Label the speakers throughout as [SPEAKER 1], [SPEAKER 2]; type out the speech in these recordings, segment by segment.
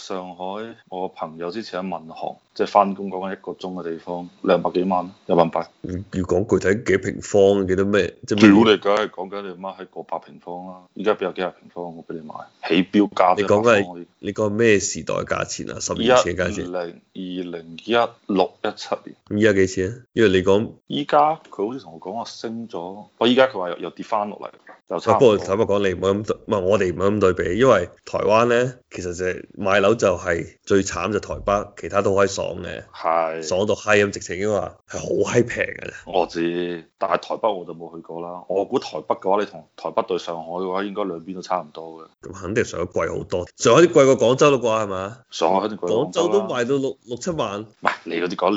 [SPEAKER 1] 上海，我朋友之前喺民航，即係翻工講緊一個鐘嘅地方，兩百幾萬人民幣。
[SPEAKER 2] 要要講具體幾平方幾多咩？即
[SPEAKER 1] 屌
[SPEAKER 2] 係咩
[SPEAKER 1] 你，梗係講緊你媽喺個百平方啦，依家邊有幾廿平方我俾你買，起標價
[SPEAKER 2] 你
[SPEAKER 1] 啫
[SPEAKER 2] 講
[SPEAKER 1] 百方我已
[SPEAKER 2] 緊係你講緊咩時代價錢啊？十
[SPEAKER 1] 依
[SPEAKER 2] 年
[SPEAKER 1] 家嗯
[SPEAKER 2] 前嘅價錢，
[SPEAKER 1] 二零二零一六一七年，
[SPEAKER 2] 咁依家幾錢啊？因為你講，
[SPEAKER 1] 依家佢好似同我講話升咗，不過依家佢話又又跌翻落嚟，又差
[SPEAKER 2] 啊不
[SPEAKER 1] 唔
[SPEAKER 2] 過
[SPEAKER 1] 多。
[SPEAKER 2] 坦白講，你唔好咁對，唔係我哋唔好咁對比，因為台灣咧其實就係買樓就係、最慘就台北，其他都好閪爽嘅，
[SPEAKER 1] 係，
[SPEAKER 2] 爽到閪咁，直情嘅話係好閪平嘅。
[SPEAKER 1] 我知，但係台北我就冇去過啦。我估台北嘅話，你同台北對上海嘅話，應該兩邊都差唔多嘅。
[SPEAKER 2] 咁肯定上海貴好多，上海啲貴過廣州啦啩係嘛？
[SPEAKER 1] 上海肯定貴過
[SPEAKER 2] 廣州都
[SPEAKER 1] 啦
[SPEAKER 2] 賣到六六七萬，
[SPEAKER 1] 唔係你嗰啲講靚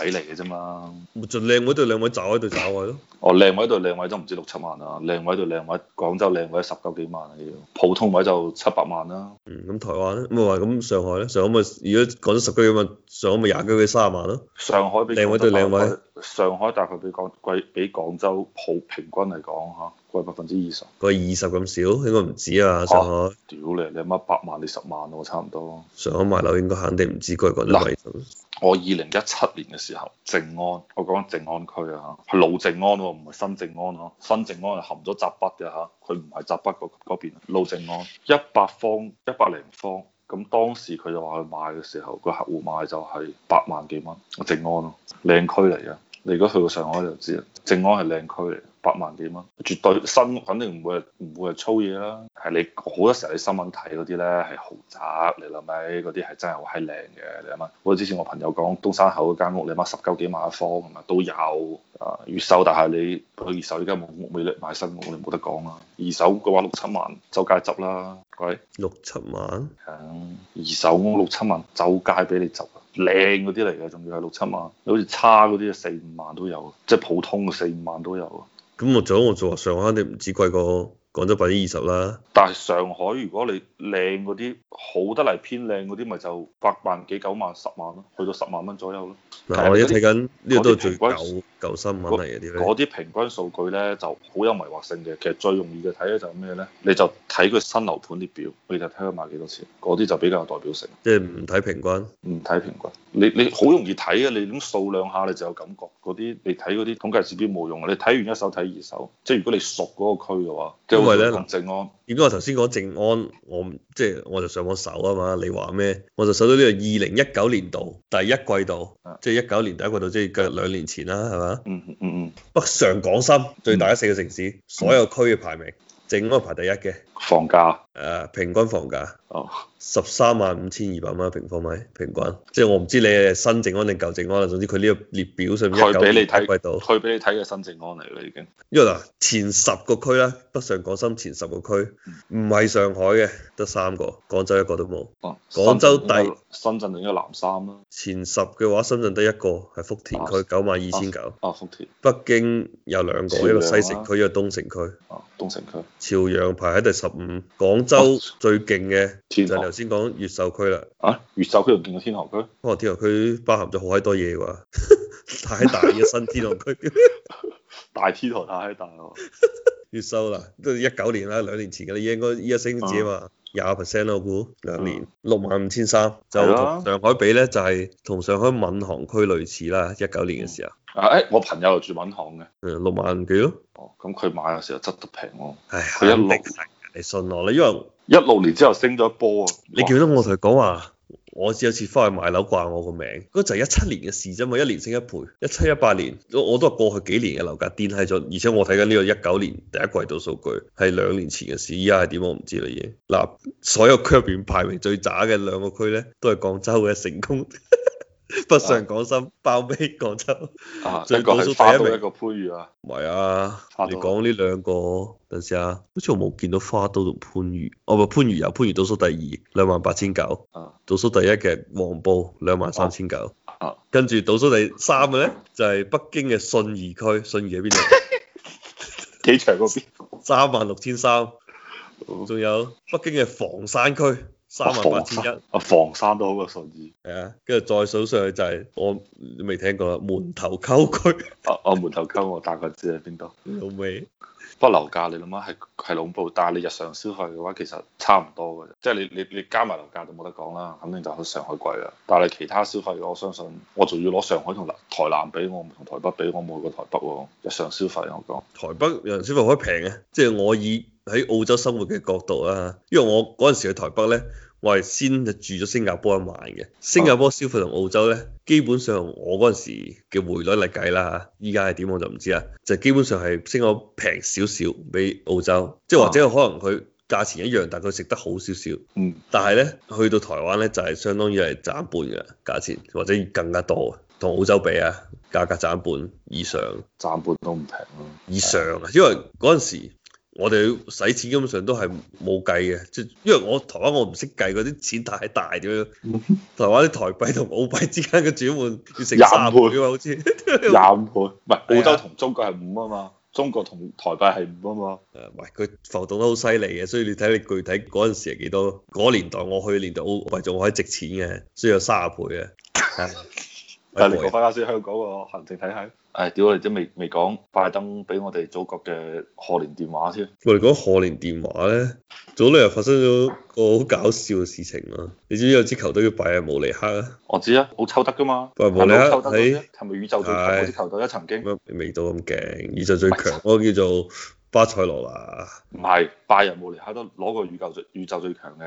[SPEAKER 1] 位嚟嘅啫嘛。
[SPEAKER 2] 咪盡靚位對靚位找喺度找位咯。
[SPEAKER 1] 哦，靚位對靚位都唔止六七萬啦，靚位對靚位，廣州靚位十九幾萬啊要，普通位就七百萬啦。
[SPEAKER 2] 嗯，咁台灣咧，唔係話咁上海咧，上海咪如果講咗十居咁啊，上海咪廿居嘅三十萬咯。
[SPEAKER 1] 上海比
[SPEAKER 2] 靚位對靚位，
[SPEAKER 1] 上海大概比廣貴比廣州普平均嚟講嚇貴百分之二十。
[SPEAKER 2] 佢二十咁少，應該唔止
[SPEAKER 1] 哦
[SPEAKER 2] 啊！上海
[SPEAKER 1] 屌你，你乜百萬你十萬喎，差唔多。
[SPEAKER 2] 上海買樓應該肯定唔止佢嗰啲位數。
[SPEAKER 1] 我二零一七年嘅時候，靜安，我講緊靜安區啊嚇，係老靜安喎，唔係新靜安喎。新靜安係含咗閘北嘅嚇，佢唔係閘北嗰嗰邊，啊老靜安一百方一百零方。咁當時佢就話佢賣嘅時候，個客戶賣就係八萬幾蚊，靜安咯，靚區嚟嘅。你如果去過上海就知啦，靜安係靚區嚟，八萬幾蚊，絕對新屋肯定唔會係唔會係粗嘢啦。係你好多時候你新聞睇嗰啲咧係豪宅，你諗咪嗰啲係真係好閪靚嘅，你諗下。好似之前我朋友講東山口嗰間屋，你諗下十九幾萬一方係咪都有啊？越秀，但係你佢二手而家冇冇魅力買新屋，你冇得講啦。二手嘅話六七萬周街執啦，喂。
[SPEAKER 2] 六七萬，
[SPEAKER 1] 嗯二手屋六七萬走街俾你走，靚嗰啲嚟嘅，仲要係六七萬，你好似差嗰啲四五萬都有，即係普通嘅四五萬都有。
[SPEAKER 2] 咁我做我做話上海肯定唔止貴過廣州百分之二十啦。
[SPEAKER 1] 但係上海如果你靚嗰啲好得嚟偏靚嗰啲，咪就八萬幾九萬十萬咯，去到十萬蚊左右咯。但
[SPEAKER 2] 嗱，
[SPEAKER 1] 係
[SPEAKER 2] 我而
[SPEAKER 1] 嗰啲
[SPEAKER 2] 家睇緊呢個都係最
[SPEAKER 1] 嗰啲
[SPEAKER 2] 舊舊新聞嚟嘅啲咧。
[SPEAKER 1] 嗰啲平均數據咧就好有迷惑性嘅。其實最容易嘅睇咧就係咩咧？你就睇佢新樓盤啲表，你就睇佢賣幾多錢，嗰啲就比較有代表性。
[SPEAKER 2] 即係唔睇平均，
[SPEAKER 1] 唔睇平均，你你好容易睇嘅，啊你咁數量下你就有感覺。嗰啲你睇嗰啲統計指標冇用嘅，你睇完一手睇二手，即係如果你熟嗰個區嘅話，即係
[SPEAKER 2] 因為咧
[SPEAKER 1] 林正安
[SPEAKER 2] 點解我頭先講靜安，我唔即係我就上網搜啊嘛，你話咩？我就搜到呢個二零一九年度第一季度
[SPEAKER 1] 啊，
[SPEAKER 2] 即係一九年第一季度，即係近兩年前啦，係嘛？
[SPEAKER 1] 嗯嗯嗯嗯，
[SPEAKER 2] 北上廣深
[SPEAKER 1] 嗯
[SPEAKER 2] 最大嘅四個城市，所有區嘅排名，靜安排第一嘅，誒、啊
[SPEAKER 1] 房價
[SPEAKER 2] 平均房價
[SPEAKER 1] 哦，
[SPEAKER 2] 十三萬五千二百蚊一平方米平均，即係我唔知你係新靜安定舊靜安啦，啊總之佢呢個列表上面一
[SPEAKER 1] 佢
[SPEAKER 2] 九
[SPEAKER 1] 俾你
[SPEAKER 2] 年第一
[SPEAKER 1] 睇
[SPEAKER 2] 季度，
[SPEAKER 1] 佢俾你睇嘅新正安嚟啦已經，
[SPEAKER 2] 因為嗱前十個區啦，北上廣深前十個區，唔
[SPEAKER 1] 嗯
[SPEAKER 2] 係上海嘅得三個，廣州一個都冇。
[SPEAKER 1] 哦
[SPEAKER 2] 廣州
[SPEAKER 1] 深圳
[SPEAKER 2] 第
[SPEAKER 1] 應該深圳就應該南山啦，
[SPEAKER 2] 前十嘅話，深圳得一個係福田
[SPEAKER 1] 啊
[SPEAKER 2] 區九萬二千九，
[SPEAKER 1] 啊福田
[SPEAKER 2] 北京有兩個，
[SPEAKER 1] 朝陽
[SPEAKER 2] 一
[SPEAKER 1] 啊
[SPEAKER 2] 個西城區，一個東城區。
[SPEAKER 1] 啊東城區，
[SPEAKER 2] 朝陽排喺第十五，廣州
[SPEAKER 1] 哦
[SPEAKER 2] 最勁嘅就
[SPEAKER 1] 天
[SPEAKER 2] 係
[SPEAKER 1] 河
[SPEAKER 2] 頭先講越秀區啦。
[SPEAKER 1] 啊越秀區仲勁過天河區，
[SPEAKER 2] 可能天河區包含咗好閪多嘢啩， 太大嘅新天河區。
[SPEAKER 1] 大天河太閪大喎，
[SPEAKER 2] 越秀啦，都一九年啦，兩年前嘅你應該依家升至啊嘛，廿 percent 咯，我估兩年六萬五千三，就
[SPEAKER 1] 係
[SPEAKER 2] 同
[SPEAKER 1] 啊
[SPEAKER 2] 上海比咧，就係同上海閔行區類似啦，一九年嘅時候，
[SPEAKER 1] 啊誒、哎、我朋友就住閔行嘅，
[SPEAKER 2] 嗯，六萬幾咯。
[SPEAKER 1] 哦咁佢買嘅時候執得平喎，
[SPEAKER 2] 唉，
[SPEAKER 1] 佢一
[SPEAKER 2] 肯定
[SPEAKER 1] 落
[SPEAKER 2] 係你信我啦，因為
[SPEAKER 1] 一六年之後升咗一波啊，
[SPEAKER 2] 你記得我同佢講話，我只有次翻去買樓掛我個名，嗰就係一七年嘅事啫嘛，一年升一倍，一七一八年，我我都係過去幾年嘅樓價癲閪咗，而且我睇緊呢個一九年第一季度數據係兩年前嘅事，依家係點我唔知啦已經。嗱，所有區入邊排名最渣嘅兩個區咧，都係廣州嘅成功。 北上廣深包尾廣州，
[SPEAKER 1] 啊，
[SPEAKER 2] 最
[SPEAKER 1] 一個
[SPEAKER 2] 倒
[SPEAKER 1] 係
[SPEAKER 2] 數第一
[SPEAKER 1] 花都
[SPEAKER 2] 名
[SPEAKER 1] 一個番禺啊，
[SPEAKER 2] 唔係啊
[SPEAKER 1] 花，都
[SPEAKER 2] 你講呢兩個，等陣先啊，好似我冇見到花都同番禺，哦唔係番禺有番禺倒數第二，兩萬八千九。
[SPEAKER 1] 啊
[SPEAKER 2] 倒數第一嘅黃埔兩萬三千九，
[SPEAKER 1] 啊，
[SPEAKER 2] 跟住倒數第三嘅咧就係、北京嘅信義區，信義喺 邊度？
[SPEAKER 1] 機場嗰邊
[SPEAKER 2] 三萬六千三，仲有北京嘅房山區三萬
[SPEAKER 1] 哦
[SPEAKER 2] 八
[SPEAKER 1] 房
[SPEAKER 2] 千一，
[SPEAKER 1] 山啊房山都好過順義，
[SPEAKER 2] 係啊，跟住再數上去就係、我未聽過啦，門頭溝區
[SPEAKER 1] 啊我門頭溝我大概知喺邊度。
[SPEAKER 2] 老味。
[SPEAKER 1] 不過樓價你諗下係係恐怖，但係你日常消費嘅話其實差唔多嘅啫，即係你你你加埋樓價就冇得講啦，肯定就喺上海貴啦。但係你其他消費嘅我相信我仲要攞上海同台南比，我唔同台北比，我冇去過台北喎。日常消費我講
[SPEAKER 2] 台北人消費可以平嘅，即係我以喺澳洲生活嘅角度啦，因為我嗰陣時去台北咧，我係先就住咗新加坡一晚嘅。新加坡消費同澳洲咧，基本上我嗰陣時嘅匯率嚟計啦嚇，依家係點我就唔知啦，就基本上係新加坡平少少比澳洲，即係或者可能佢價錢一樣，但佢食得好少少。
[SPEAKER 1] 嗯。
[SPEAKER 2] 但係咧，去到台灣咧就係、相當於係賺一半嘅啦價錢，或者更加多，同澳洲比啊，價格賺一半以上。
[SPEAKER 1] 賺半都唔平咯。
[SPEAKER 2] 以上啊，因為嗰陣時我哋使錢基本上都係冇計嘅，即係因為我台灣我唔識計嗰啲錢太大點樣，台灣啲台幣同澳幣之間嘅轉換要成
[SPEAKER 1] 廿
[SPEAKER 2] 三倍
[SPEAKER 1] 倍
[SPEAKER 2] 嘅嘛，好似
[SPEAKER 1] 廿五倍，唔係澳
[SPEAKER 2] 係啊
[SPEAKER 1] 洲同中國係五啊嘛，中國同台幣係五啊嘛。
[SPEAKER 2] 誒唔係佢浮動得好犀利嘅，所以你睇你具體嗰陣時係幾多？嗰年代我去嘅年代澳幣仲可以值錢嘅，所以有三十倍啊 嘅。係
[SPEAKER 1] 但係你講翻啱先香港個行政體系，誒屌我哋都未未講拜登俾我哋祖國嘅賀年電話添，
[SPEAKER 2] 我哋講賀年電話咧，早兩日發生咗個好搞笑嘅事情啊！你知唔知有支球隊叫拜仁慕尼黑啊？
[SPEAKER 1] 我知啊，好抽得噶嘛，
[SPEAKER 2] 拜仁慕
[SPEAKER 1] 係
[SPEAKER 2] 尼
[SPEAKER 1] 咪
[SPEAKER 2] 黑
[SPEAKER 1] 好抽得嗰啲？係咪宇
[SPEAKER 2] 喺
[SPEAKER 1] 宙最強嗰支球隊咧？曾經
[SPEAKER 2] 咁樣未到咁勁，宇宙最強嗰個叫做巴塞羅
[SPEAKER 1] 唔
[SPEAKER 2] 那，
[SPEAKER 1] 係拜仁慕尼黑都攞過宇宙最宇宙最強嘅，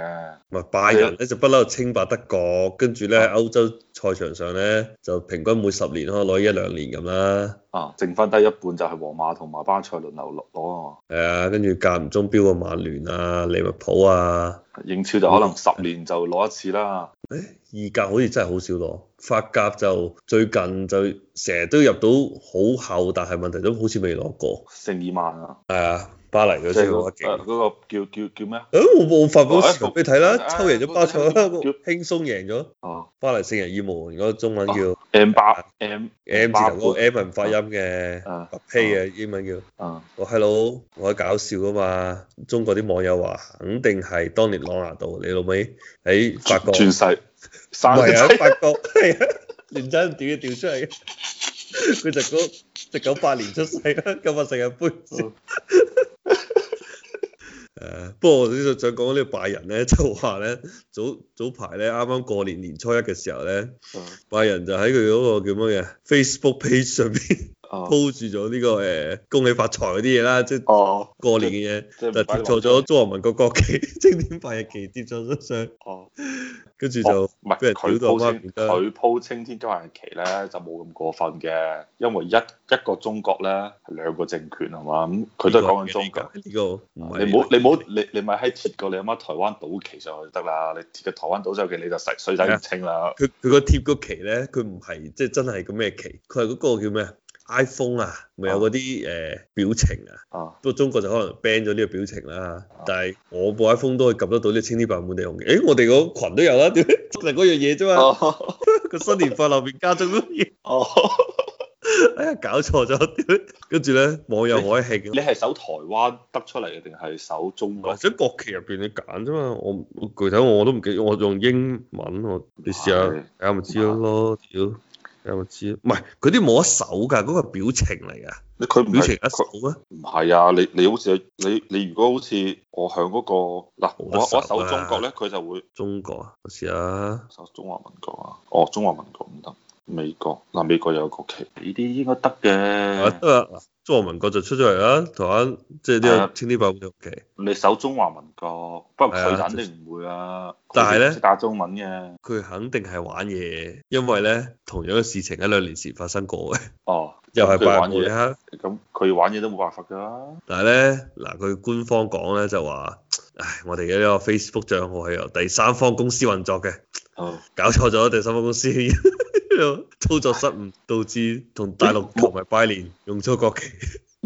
[SPEAKER 2] 唔係啊拜仁咧就不嬲稱霸德國，跟住咧喺歐洲賽場上咧就平均每十年可能攞一兩年咁啦，
[SPEAKER 1] 啊，剩翻低一半就係皇馬同埋巴塞輪流攞啊
[SPEAKER 2] 係啊，跟住間唔中標個曼聯啊、利物浦啊，
[SPEAKER 1] 嘛，英超就可能十年就攞一次啦。
[SPEAKER 2] 意甲好似真係好少攞，法甲就最近就成日都入到好後，但係問題都好似未攞過，
[SPEAKER 1] 聖爾曼啊，
[SPEAKER 2] 係啊，巴黎嗰
[SPEAKER 1] 即係
[SPEAKER 2] 先
[SPEAKER 1] 嗰
[SPEAKER 2] 攞
[SPEAKER 1] 個
[SPEAKER 2] 得勁
[SPEAKER 1] 誒。嗰個叫叫叫咩啊？
[SPEAKER 2] 誒、啊我啊冇發表視頻俾你睇啦，
[SPEAKER 1] 哎
[SPEAKER 2] 抽贏咗巴塞啦，
[SPEAKER 1] 哎
[SPEAKER 2] 輕鬆贏咗。
[SPEAKER 1] 哦
[SPEAKER 2] 巴黎聖人二無門嗰個中文叫
[SPEAKER 1] ，M 八 M
[SPEAKER 2] M 字頭嗰個
[SPEAKER 1] 哦八
[SPEAKER 2] M 係唔發音嘅，
[SPEAKER 1] 啊
[SPEAKER 2] 白呸嘅英文叫。
[SPEAKER 1] 啊
[SPEAKER 2] 我閪佬，我喺搞笑噶嘛！中國啲網友話肯定係當年朗拿度，你老味喺法國，
[SPEAKER 1] 轉
[SPEAKER 2] 唔
[SPEAKER 1] 世生個
[SPEAKER 2] 係啊
[SPEAKER 1] 仔
[SPEAKER 2] 喺法國， 係啊，連真調嘢調出嚟嘅。佢就嗰就九八年出世啦，九八世界盃先。
[SPEAKER 1] 哦
[SPEAKER 2] 誒，不過我呢度想講呢個拜仁咧，就話咧早早排咧，啱啱過年年初一嘅時候咧，拜仁就喺佢嗰個叫乜嘅 Facebook page 上邊
[SPEAKER 1] 啊
[SPEAKER 2] po 住咗呢個誒、恭喜發財嗰啲嘢啦，即係
[SPEAKER 1] 嗯哦
[SPEAKER 2] 過年嘅
[SPEAKER 1] 即係唔
[SPEAKER 2] 嘢，但
[SPEAKER 1] 擺
[SPEAKER 2] 貼錯咗中華民國國旗， 青天白日旗貼錯咗上，
[SPEAKER 1] 哦，
[SPEAKER 2] 跟住就
[SPEAKER 1] 哦唔係
[SPEAKER 2] 俾人
[SPEAKER 1] 佢
[SPEAKER 2] 屌到
[SPEAKER 1] 鋪
[SPEAKER 2] 媽咪
[SPEAKER 1] 青
[SPEAKER 2] 得
[SPEAKER 1] 佢鋪青天今日旗咧就冇咁過分嘅，因為一一個中國咧係兩個政權係嘛，咁佢都係講緊中國。
[SPEAKER 2] 呢個唔係
[SPEAKER 1] 你唔好你唔好你你咪喺貼過你阿媽台灣島旗上去得啦，你貼個台灣島上去你就水水仔唔清啦。
[SPEAKER 2] 佢佢個貼個旗咧，佢唔係即係真係個咩旗，佢係嗰個叫咩啊 iPhone 啊，咪有嗰啲
[SPEAKER 1] 哦
[SPEAKER 2] 誒表情啊。
[SPEAKER 1] 啊，
[SPEAKER 2] 不過中國就可能 ban 咗呢個表情啦，
[SPEAKER 1] 哦
[SPEAKER 2] 但係我部 iPhone 都可以撳得到呢個青天白日滿地紅嘅。誒，我哋個群都有啦，屌，就係啊嗰樣嘢啫嘛。
[SPEAKER 1] 哦
[SPEAKER 2] 個新年快樂面加咗嗰樣嘢，
[SPEAKER 1] 哦，
[SPEAKER 2] 哎呀，搞錯咗，屌！跟住咧，網友好閪
[SPEAKER 1] 你
[SPEAKER 2] 興啊，
[SPEAKER 1] 係搜台灣得出嚟嘅定係搜中國
[SPEAKER 2] 或？者國旗入邊你揀啫嘛。我我具體我都唔記，我用英文我你試下
[SPEAKER 1] 係
[SPEAKER 2] 睇下咪知咯，屌！睇下咪知，唔係佢啲冇得手㗎，嗰個係表情嚟㗎。
[SPEAKER 1] 你佢唔
[SPEAKER 2] 表情
[SPEAKER 1] 係
[SPEAKER 2] 一手啊，
[SPEAKER 1] 唔係啊，你你好似你你如果好似我向嗰、個嗱，
[SPEAKER 2] 冇
[SPEAKER 1] 我
[SPEAKER 2] 得
[SPEAKER 1] 我
[SPEAKER 2] 搜
[SPEAKER 1] 搜
[SPEAKER 2] 啊
[SPEAKER 1] 中國咧，佢就會
[SPEAKER 2] 中國啊，我試下，
[SPEAKER 1] 搜中華民國啊，哦，中華民國唔得，美國嗱、美國有國旗，呢啲應該
[SPEAKER 2] 啊
[SPEAKER 1] 得嘅。
[SPEAKER 2] 得啦，中華民國就出咗嚟啦，台灣即係呢
[SPEAKER 1] 係
[SPEAKER 2] 個
[SPEAKER 1] 啊
[SPEAKER 2] 青天白日旗，
[SPEAKER 1] 你搜中華民國，不過
[SPEAKER 2] 係
[SPEAKER 1] 佢
[SPEAKER 2] 啊
[SPEAKER 1] 肯定唔會啊。
[SPEAKER 2] 但係呢
[SPEAKER 1] 佢哋唔識打中文嘅，
[SPEAKER 2] 佢肯定係玩嘢，因為咧同樣嘅事情喺兩年前發生過嘅，
[SPEAKER 1] 哦，
[SPEAKER 2] 又係
[SPEAKER 1] 佢
[SPEAKER 2] 拜
[SPEAKER 1] 玩
[SPEAKER 2] 慕尼
[SPEAKER 1] 嘢，
[SPEAKER 2] 黑，
[SPEAKER 1] 咁佢玩嘢都冇辦法㗎啦。
[SPEAKER 2] 但係咧嗱佢官方講咧就話，唉，我哋嘅呢個 Facebook 帳號係由第三方公司運作嘅，
[SPEAKER 1] 哦，
[SPEAKER 2] 搞錯咗第三方公司 操作失誤，導致同大陸球迷拜年用錯國旗。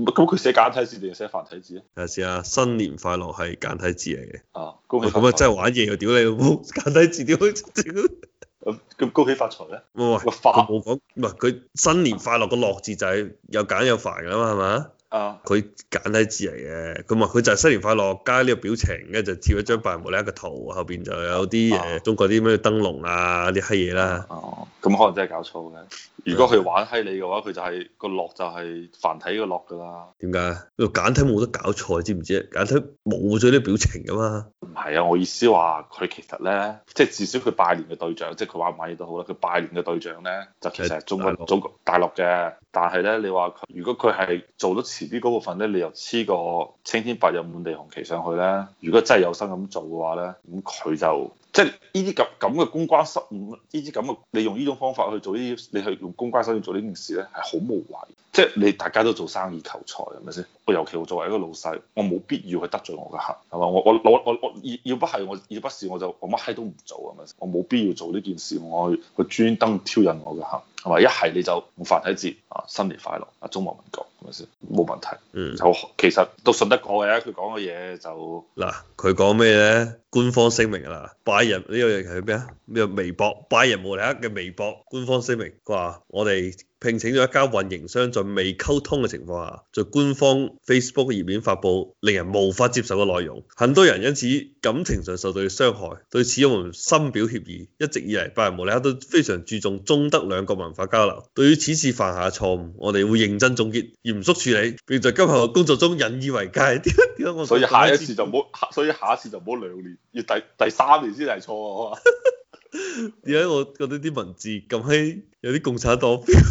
[SPEAKER 1] 咁佢寫簡體字定係寫繁體字
[SPEAKER 2] 睇下先啊，新年快樂係簡體字嚟嘅。
[SPEAKER 1] 啊？啊，恭喜
[SPEAKER 2] 喂咁啊
[SPEAKER 1] 發財
[SPEAKER 2] 真係玩嘢啊！屌你老母， 簡體字屌！唔
[SPEAKER 1] 咁咁恭喜發財啊咧？
[SPEAKER 2] 係
[SPEAKER 1] 喂，
[SPEAKER 2] 佢
[SPEAKER 1] 發
[SPEAKER 2] 冇講，唔係佢新年快樂個樂字就係有簡有繁㗎嘛，係嘛？
[SPEAKER 1] 啊，
[SPEAKER 2] 佢簡體字嚟嘅，佢話佢就係新年快樂加呢個表情，跟住就貼一張拜無呢一個圖，後邊就有啲誒、
[SPEAKER 1] 啊
[SPEAKER 2] 中國啲咩燈籠啊啲閪嘢啦，
[SPEAKER 1] 哦，咁可能真係搞錯嘅。如果佢玩閪你嘅話，佢就係、個落就係繁體嘅落㗎啦。
[SPEAKER 2] 點解？因為簡體冇得搞錯，你知唔知？簡體冇咗啲表情噶嘛，
[SPEAKER 1] 唔係啊，我意思話佢其實咧，即係至少佢拜年嘅對象，即係佢玩唔玩嘢都好啦。佢拜年嘅對象咧，就其實係中國
[SPEAKER 2] 係大陸
[SPEAKER 1] 中國大陸嘅。但係咧，你話佢如果佢係做得遲啲嗰部分咧，你又黐個青天白日滿地紅旗上去咧。如果真係有心咁做嘅話咧，咁佢就即係呢啲咁咁嘅公關失誤，呢啲咁嘅你用呢種方法去做呢啲，你去用公關手段做呢件事咧，係好無謂。即係你大家都做生意求財，係咪先？我尤其我作為一個老細，我冇必要去得罪我嘅客，係嘛？我我我我我要要不係我要不是我就我乜閪都唔做，係咪先？我冇必要做呢件事，我去去專登挑釁我嘅客，係咪？一係你就用繁體字啊，新年快樂啊，中華民國係咪先？冇問題，
[SPEAKER 2] 嗯。
[SPEAKER 1] 就其實都信得過嘅，佢講嘅嘢就。
[SPEAKER 2] 嗱，佢講咩咧？官方聲明啊，拜仁呢個嘢係咩啊？咩微博拜仁慕尼黑嘅微博官方聲明，佢話我哋聘請咗一家運營商，在未溝通嘅情況下，在官方 Facebook 頁面發布令人無法接受嘅內容，很多人因此感情上受到傷害。對此，我們深表歉意。一直以嚟，拜仁慕尼黑都非常注重中德兩國文化交流。對於此次犯下嘅錯誤，我哋會認真總結、嚴肅處理，並在今後嘅工作中引以為戒。 點解點解我
[SPEAKER 1] 所以
[SPEAKER 2] 講
[SPEAKER 1] 下一
[SPEAKER 2] 次
[SPEAKER 1] 次就唔好，所以下一次就唔好兩年，要第第三年先係錯啊！
[SPEAKER 2] 點解我覺得啲文字咁閪有啲共產黨 feel？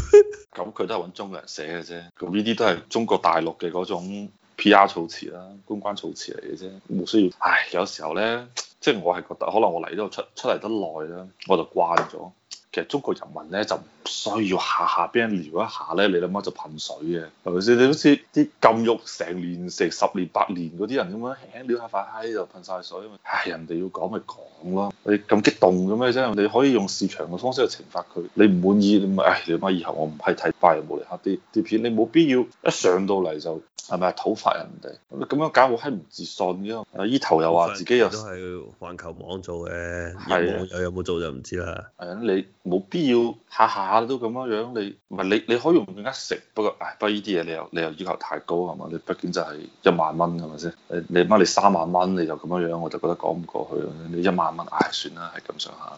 [SPEAKER 1] 咁佢都係揾中國人寫嘅啫，咁呢啲都係中國大陸嘅嗰種 P.R. 措辭啦、公關措辭嚟嘅啫，冇需要。唉，有時候咧，即係我係覺得，可能我嚟呢度出出嚟得耐啦，我就慣咗。其實中國人民咧就唔需要下下俾人撩一下咧，你諗下就噴水嘅，係咪先？你好似啲禁欲成年食十年八年嗰啲人咁樣，輕輕撩下塊閪就噴晒水啊嘛。唉，人哋要講咪講咯，你咁激動嘅咩啫？你可以用市場嘅方式去懲罰佢，你唔滿意你咪唉，你媽以後我唔係睇拜仁慕尼黑啲啲片，你冇必要一上到嚟就係咪啊討伐人哋咁樣搞，好閪唔自信嘅。啊依 頭又話自己又
[SPEAKER 2] 都係環球網做嘅，
[SPEAKER 1] 係啊
[SPEAKER 2] 網友有冇做就唔知啦。
[SPEAKER 1] 係啊，你冇必要下下都咁樣樣，你唔係你你可以用更加食，不過唉，不過呢啲嘢你又你又要求太高係嘛？你畢竟就係一萬蚊係咪先？你你媽你三萬蚊你就咁樣樣，我就覺得講唔過去啦。你一萬蚊唉算啦，係咁上下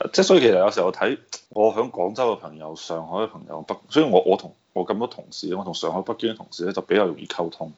[SPEAKER 1] 嘅。誒即係所以其實有時候我睇我喺廣州嘅朋友、上海嘅朋友、北，所以我我同我咁多同事，我同上海、北京嘅同事咧就比較容易溝通。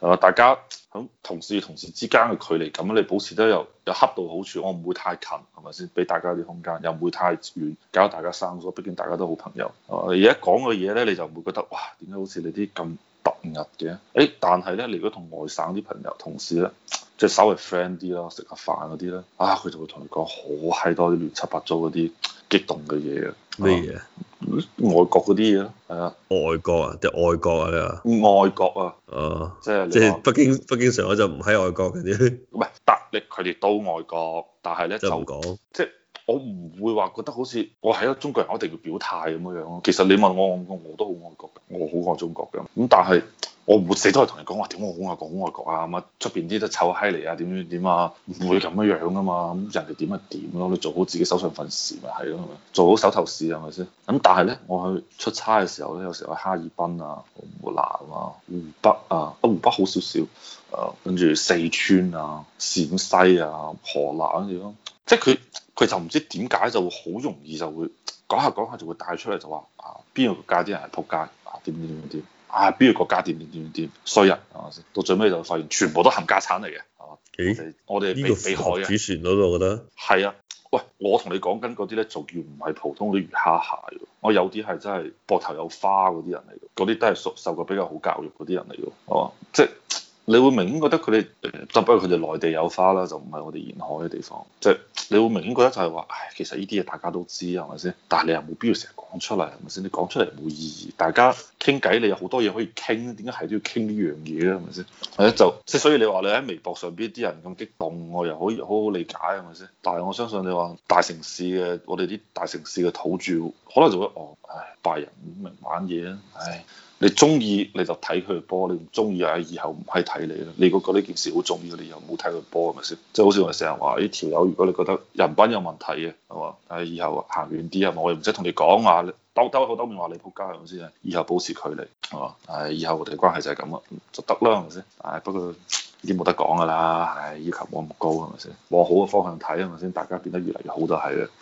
[SPEAKER 1] 係嘛？大家喺同事與同事之間嘅距離感，你保持得有有恰到好處，我唔會太近，係咪先？俾大家啲空間，又唔會太遠，搞到大家生疏。畢竟大家都好朋友。係嘛而家講嘅嘢咧，你就唔會覺得哇，點解好似你啲咁突兀嘅？誒，但係咧，你如果同外省啲朋友同事咧，即係稍微 friend 啲咯，食下飯嗰啲咧，啊，佢就會同你講好閪多啲亂七八糟嗰啲激動嘅嘢嘅。
[SPEAKER 2] 咩
[SPEAKER 1] 啊？
[SPEAKER 2] 嘢？
[SPEAKER 1] 外國嗰啲嘢咯，係啊，
[SPEAKER 2] 外國啊，定外國啊？你話？
[SPEAKER 1] 外國啊，
[SPEAKER 2] 哦，
[SPEAKER 1] 即係你
[SPEAKER 2] 即
[SPEAKER 1] 話
[SPEAKER 2] 係北京北京上海就唔喺外國嗰啲，
[SPEAKER 1] 唔係，但你佢哋都愛國，但係咧
[SPEAKER 2] 就
[SPEAKER 1] 就
[SPEAKER 2] 唔講。
[SPEAKER 1] 即係我唔會話覺得好似我係一個中國人，我一定要表態咁樣樣咯。其實你問我，我我都好愛國嘅，我好愛中國嘅。咁但係我唔會死都係同你講話點我好愛國，好愛國啊咁啊！出邊啲都臭閪嚟啊，點點點啊，唔會咁樣樣噶嘛。咁人哋點咪點咯，你做好自己手上份事咪係咯，係咪做好手頭事係咪先？咁但係咧，我去出差嘅時候咧，有時候去哈爾濱啊、湖南啊、湖北啊，啊湖北好少少。誒，跟住四川啊、陝西啊、河南嗰啲咯，即係佢佢就唔知點解就會好容易就會講下講下就會帶出嚟就話啊邊個國家啲人係撲街啊點點點點啊邊個國家點點點點點衰人係咪先？到最尾就發現全部都冚家產嚟嘅係嘛？我
[SPEAKER 2] 咦？
[SPEAKER 1] 哋我哋係
[SPEAKER 2] 呢
[SPEAKER 1] 被
[SPEAKER 2] 個
[SPEAKER 1] 被害
[SPEAKER 2] 符合
[SPEAKER 1] 嘅
[SPEAKER 2] 主旋律咯，我覺得。
[SPEAKER 1] 係啊！喂，我同你講緊嗰啲咧，仲要唔係普通嗰啲魚蝦蟹喎，我有啲係真係膊頭有花嗰啲人嚟嘅，嗰啲都係受受過比較好教育嗰啲人嚟嘅，係嘛？即係你會明顯覺得佢哋，誒就不過佢哋內地有花啦，就唔係我哋沿海嘅地方，即係你會明顯覺得就係話，唉，其實呢啲嘢大家都知係咪先？但係你又冇必要成日講出嚟係咪先？你講出嚟冇意義，大家傾偈你有好多嘢可以傾，點解係都要傾呢樣嘢咧？係咪先？係啊，就即係所以你話你喺微博上邊啲人咁激動，我又可以好好理解係咪先？但係我相信你話大城市嘅我哋啲大城市嘅土著，可能就會哦，唉，拜仁明玩嘢啊！唉，你中意你就睇佢波，你唔中意啊，以後唔係睇你啦。你覺得呢件事好重要，你又唔好睇佢波係咪先？即係好似我哋成日話呢條友，如果你覺得人品有問題嘅係嘛，唉，以後行遠啲係咪？我哋唔使同你講話，兜兜口兜面話你仆街係咪先？以後保持距離係嘛？唉，以後我哋關係就係咁啊啦，就得啦係咪先？唉，不過。已經冇得講㗎啦，唉，要求冇咁高係咪先？往好嘅方向睇係咪先？大家變得越嚟越好就係啦。